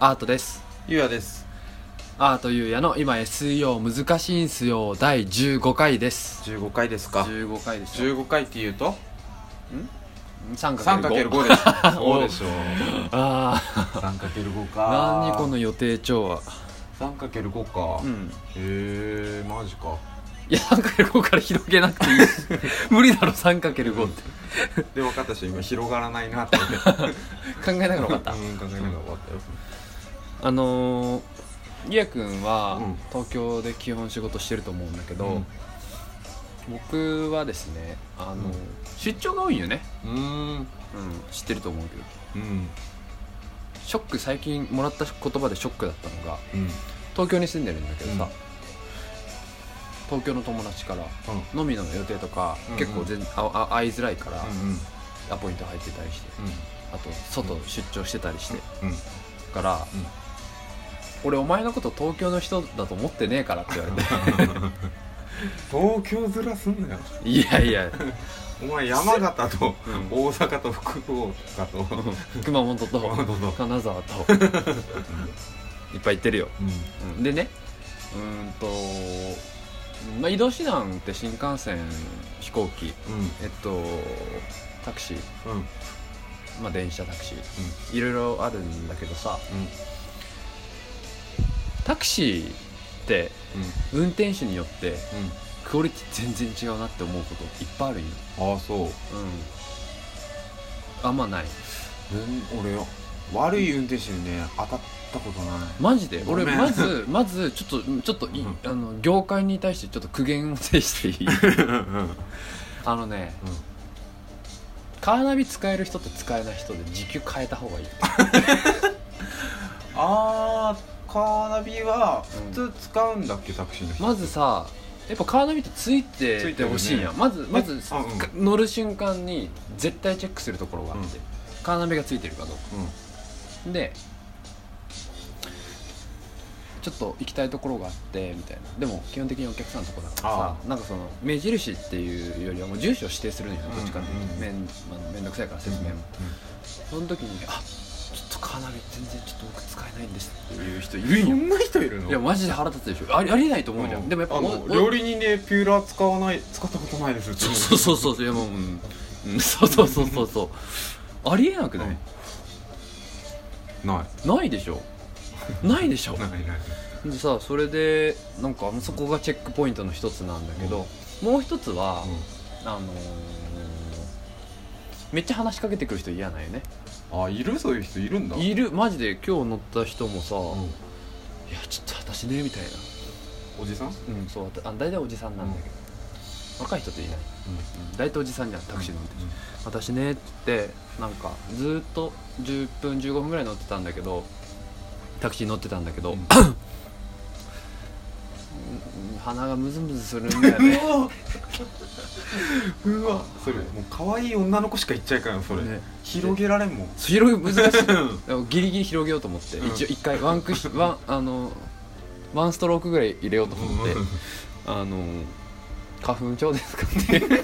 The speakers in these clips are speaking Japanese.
アートですゆうやですアートゆうやの今 SEO 難しいんすよ第15回です15回ですか15回ですよ15回っていうと 3×5 3×5 でしょお そうでしょあ 3×5 あか何この予定調和 3×5 か、うへんえマジかいや 3×5 から広げなくて いい無理だろ 3×5 って考で分かったし今広がらないなってえながら分かっ考たえながら終わったよ あのー、ゆうやくんはうん東京で基本仕事してると思うんだけど、うん僕はですねあの、うん出張が多いよね、うーんうん、知ってると思うけどうんショック最近もらった言葉でショックだったのがうん東京に住んでるんだけどさ、うん東京の友達からうん飲みの予定とか、うんうん結構全ああ会いづらいから、うんアポイント入ってたりしてあと外出張してたりして、うんうんから、俺お前のこと東京の人だと思ってねえからって言われて東京ずらすんなよ いやい やお前山形とうん大阪と福岡と熊本と熊本と金沢と いっぱい行ってるようんうんでねうーんと、まあ、移動手段って新幹線飛行機うんえっとタクシー、うんうんまあ、電車タクシーいろいろあるんだけどさうんタクシーって運転手によってクオリティ全然違うなって思うこといっぱいあるんようんああそううんあんまないうん俺よ悪い運転手にね当たったことないマジでごめ俺んまずまずちょっとちょっとい、うんあの業界に対してちょっと苦言を呈して いい あのねカーナビ使える人と使えない人で時給変えた方がいいあーカーナビはうん普通使うんだっけタクシーの人まずさやっぱカーナビってついててほしいんや、つまずまず、あうんか乗る瞬間に絶対チェックするところがあって、うカーナビがついてるかどうかうでちょっと行きたいところがあってみたいなでも基本的にお客さんのとこだからさあなんかその目印っていうよりはもう住所を指定するのようんどっちかっていうとうん面まあ面倒くさいから説明も、んその時に「あちょっとカーナビ全然ちょっと僕使えないんです」っていう人いるんよそんな人いるのいやマジで腹立つでしょありありえないと思うじゃん、うんでもやっぱあのおお料理人でピューラー使わない使ったことないですってそうそうそうそういやもう、うんうん、 そうそうそうそうそうありえなくない、なないでしょないでしょいないないでさそれでなんかそこがチェックポイントの一つなんだけど、もう一つは、あのーめっちゃ話しかけてくる人嫌なんよねあいるそういう人いるんだいるマジで今日乗った人もさ「うんいやちょっと私ね」みたいなおじさんうんそうあ大体おじさんなんだけど、若い人っていない、うん、大体おじさんじゃんタクシーの運転手、私ねって言ってなんかずーっと10分15分ぐらい乗ってたんだけどタクシー乗ってたんだけど、うんうん 鼻がムズムズするんだ よねうわそれもう可愛い女の子しか言っちゃいかんよそれね広げられんもん広げ難しいうん でもギリギリ広げようと思って、うん一応一回ワンクッ ションワンあのワンストロークぐらい入れようと思って、あの花粉症です かって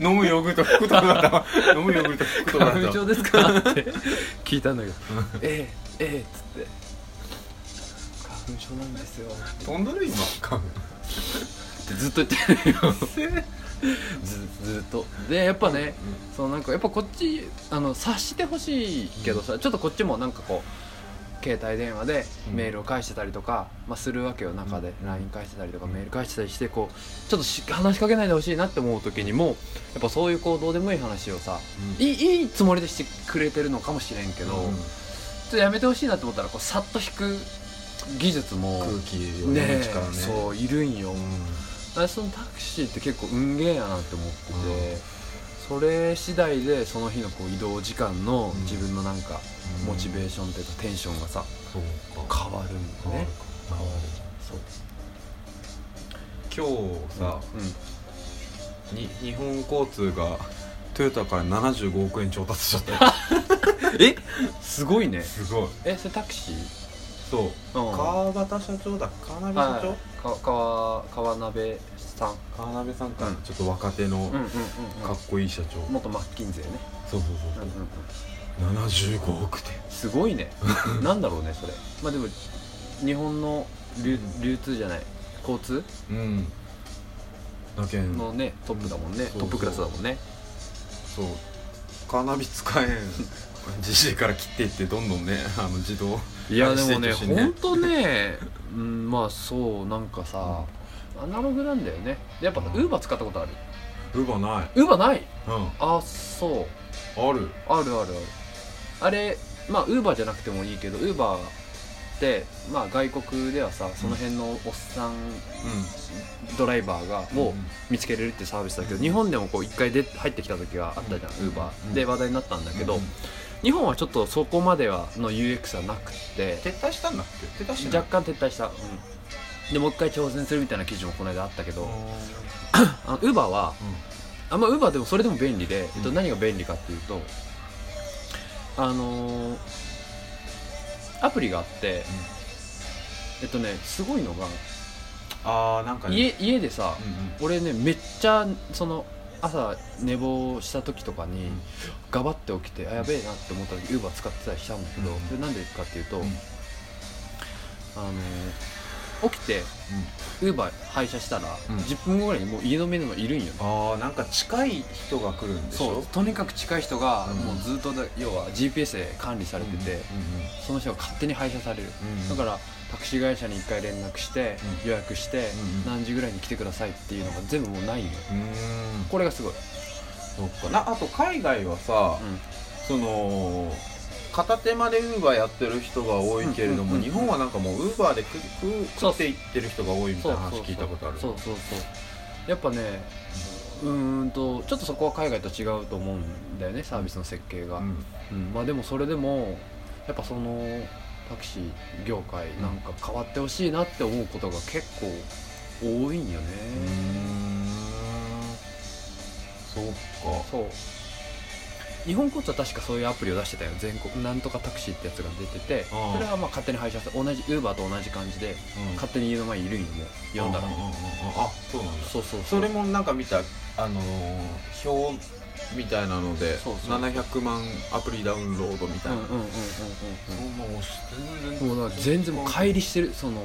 飲むヨーグルト服とかだ った飲むヨーグルト服とかだ花っ粉症たです かって聞いたんだけどええええっつって花粉症なんですよって飛んどる今ずっと言ってるよ ずずっとでやっぱねそのなんかやっぱこっちあの察してほしいけどさ、ちょっとこっちもなんかこう携帯電話でうんメールを返してたりとか、まあ、するわけよ中で、うん LINE 返してたりとか、うんメール返してたりしてこうちょっとし話しかけないでほしいなって思う時にもやっぱそういうこうどうでもいい話をさいいいいつもりでしてくれてるのかもしれんけけど、ちょっとやめてほしいなと思ったらこうさっと引く技術も空気をね読む力えねそういるんよ、う私そのタクシーって結構運ゲーやなって思ってて、それ次第でその日のこう移動時間のうん自分のなんかんモチベーションっていうかテンションがさそうか変わるんだよねそう変わる今日さうに日本交通がトヨタから75億円調達しちゃった よん、えすごいねすごいえそれタクシーそううん川端社長だ川端社長はいか川川鍋さん川鍋さんか、うんちょっと若手のうんうんうんかっこいい社長、元マッキンゼーね、そうそううそんうんうん、う、75億点すご いねなんだろうねそれまあでも日本の流流通じゃない交通うんだけんのねトップだもんね、そうトップクラスだもんねそうカーナビ使えん GC から切っていってどんどんねあの自動いやでもあねれしてるしね本当ね、 うん、まあそうなんかさ、アナログなんだよねやっぱウうんーバー使ったことあるウバないウーバーないうんあそうあるあるあるあるあれまあウーバーじゃなくてもいいけどウーバーってまあ外国ではさその辺のおっさんドライバーがうんを見つけれるってサービスだけど日本でもこう一回で入ってきた時があったじゃんウうんーバうーんで話題になったんだけどうん日本はちょっとそこまではの UX はなくって撤退したんだっけ撤退してない若干撤退した、うんでもう一回挑戦するみたいな記事もこの間あったけどあの Uber はあんま Uber でもそれでも便利で、えっと、うん何が便利かっていうとあのーアプリがあって、えっとねすごいのがああなんかね家家でさう、んうん俺ねめっちゃその朝寝坊した時とかにうんガバって起きてあやべえなって思った時 Uber 使ってたりしたんだけど、うんそれなんでかっていうと、うんうんあのー起きて Uber 配車したら、うん10分後ぐらいにもう家の目の前にいるんよああなんか近い人が来るんでしょそうとにかく近い人がうんもうずっとだ要は GPS で管理されてて、その人が勝手に配車される、うんうんだからタクシー会社に1回連絡して、うん予約して、うんうん何時ぐらいに来てくださいっていうのが全部もうないんようんうんこれがすごい、そっかなあと海外はさうその片手間でウーバーやってる人が多いけれども、うんうんうんうん日本はなんかもうウーバーで食食そう食っていってる人が多いみん、たいな話聞いたことあるそうそうそうやっぱねうーんとちょっとそこは海外と違うと思うんだよねサービスの設計が、うんうん、まあでもそれでもやっぱそのタクシー業界なんか変わってほしいなって思うことが結構多いんよね、うーんそっかそう日本交通は確かそういうアプリを出してたよ全国なんとかタクシーってやつが出ててああそれはまあ勝手に配車する同じウーバーと同じ感じでうん勝手に家の前にいるんよもう読んだらうんうんうんうんあそうなんだそうそうそれもなんか見たあのー表みたいなのでそうそう700万アプリダウンロードみうたんいうんな、うんうんうんそんな押して全うん然もうだから全然もう乖離してるその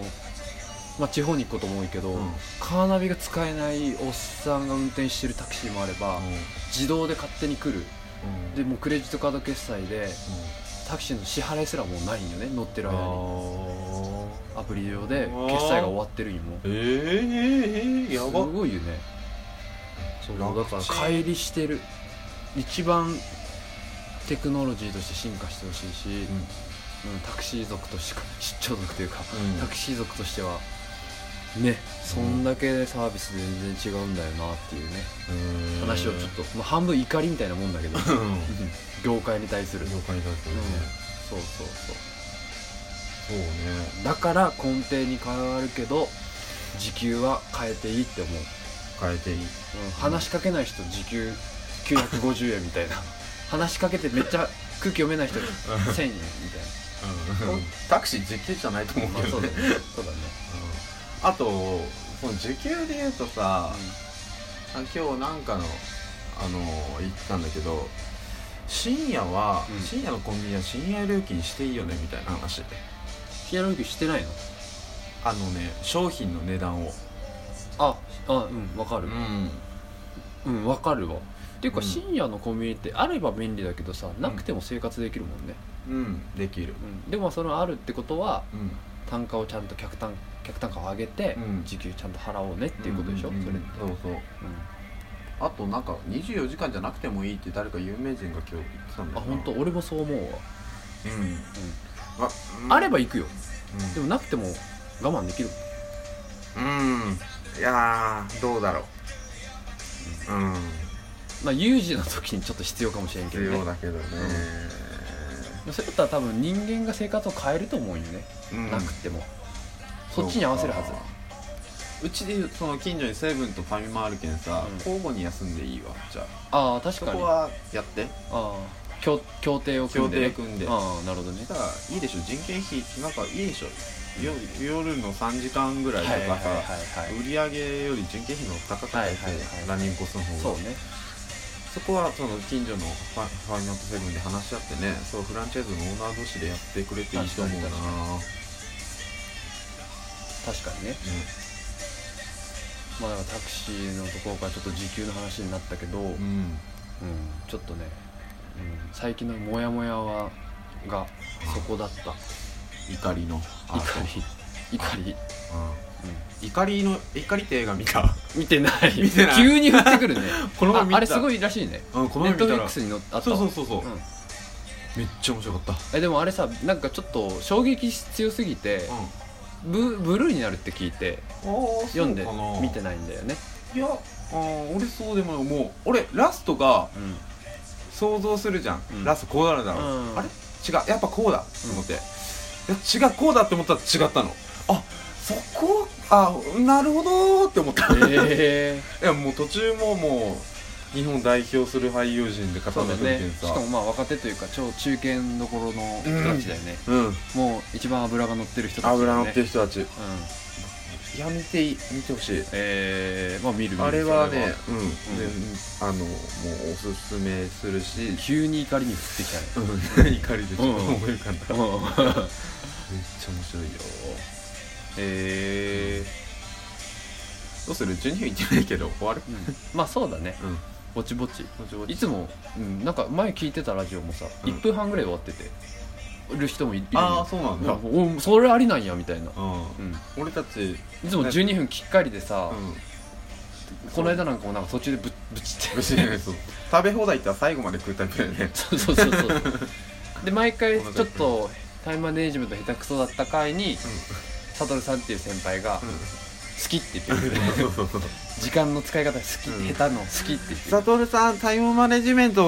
まあ地方に行くことも多いけど、うんカーナビが使えないおっさんが運転してるタクシーもあれば、うん自動で勝手に来るうんでもうクレジットカード決済でうんタクシーの支払いすらもうないんよね乗ってる間にあアプリ上で決済が終わってるんよもうーえー、えー、やばすごいよねそう楽だから乖離してる一番テクノロジーとして進化してほしいし、うんタクシー族としてか出張族というか、うんタクシー族としてはねそんだけサービスで全然違うんだよなっていうね、うん話をちょっと、まあ、半分怒りみたいなもんだけど業界に対する了解だったよね、そうそうそうそうねだから根底に変わるけど時給は変えていいって思う、変えていいうん話しかけない人時給950円みた いな話しかけてめっちゃ空気読めない 人1000円みうんうんタクシー時給じゃないとたい思なうまあそけどうだねねそうだねうんあとその時給で言うとさ、あ今日なんかのあの言ったんだけど深夜は、うん深夜のコンビニは深夜料金していいよねみたいな話ヒアルロギしてないのあのね商品の値段をああうんわかうるんうんわかるわっていうかうん深夜のコンビニってあれば便利だけどさなくても生活できるもんね、うんできるうん、でもそのあるってことはうん単価をちゃんと客単客単価を上げて、うん時給ちゃんと払おうねっていうことでしょ、んんそれ、ううんそうそうあとなんか24時間じゃなくてもいいって誰か有名人が今日言ってたんん、あだよな本当俺もそう思うわ、うんあ,、うん、あれば行くよでうんもなくても我慢できるうんいやーどうだろううんまあ有事の時にちょっと必要かもしれんけ必ど要ねだけどねそれだったら多分人間が生活を変えると思うよね、うんなくてもそっちに合わせるはずそうかうちでいうその近所にセブンとファミマあるけんさ、うん交互に休んでいいわじゃあああ確そかにこあはやってあ協協定を組協んで、ね、定組んでああなるほどねさあいいでしょ人件費なんかいいでしょよ夜の3時間ぐらいとかさ、はい売り上げより人件費の方が高かったりして、はいはいはいランニングコストの方そうがねそこはその近所のファファイナットセブンで話し合ってねそうフランチャイズのオーナー同士でやってくれていいと思うな確か確かにねまあだからタクシーのところからちょっと時給の話になったけど、うんうん、うんちょっとね、うん、最近のモヤモヤはがそこだった怒りのあ怒り怒り、うん怒りの怒りって映画見た見てない見てない急に降ってくるね この前見あたあれすごいらしいねうんこのネ前ット見たフリッらクスに載っあったそうわそうそうそう、うんめっちゃ面白かっえでもあれさなんかちょっと衝撃強すぎてた、、うんブブルーになるって聞いて読んで見ていないんだよねいやあー俺そうでもないもう俺ラストがうん想像するじゃん、うんラストこうなるだろう、うんあれ違うやっぱこうだと思って、いや違うこうだって思ったら違ったのあそこあなるほどーって思 った、えいやもう途中ももう日本代表する俳優陣でー、そ固うめだてるねけんしさかもまあ若手というか超中堅どころの人たちだよね、うんもう一番脂が乗ってる人たちだよね油乗ってる人たち、うんいや見ていい見てほしいえー、まあ見る見るあれはねそうん、でうあのもうおすすめするしれは急に怒りに降ってきたねうん 怒りでちょっと思い浮かんだ、めっ ちゃ面白いよえどうする12分いってないけど終わるー、うんまあそうだねうんぼちぼち後々いつも、うん、なんか前聞いてたラジオもさ、うん一1分半ぐらいで終わってている人もいいるああそうなんだ、あおそれありなんやみたいな、ううん、ん、俺たち、いつも12分きっかりでさ、うこの間なんかもなんか途中でぶぶち ってん、しいねそう食べ放題行ったら最後まで食うタイプだよねそうそうそうそうで毎回ちょっとタイムマネージメント下手くそだった回にサトルさんっていう先輩が「好き」って言ってくれて そうそうそう時間の使い方好き、うん下手の好きって言ってくれてサトルさんタイムマネジメント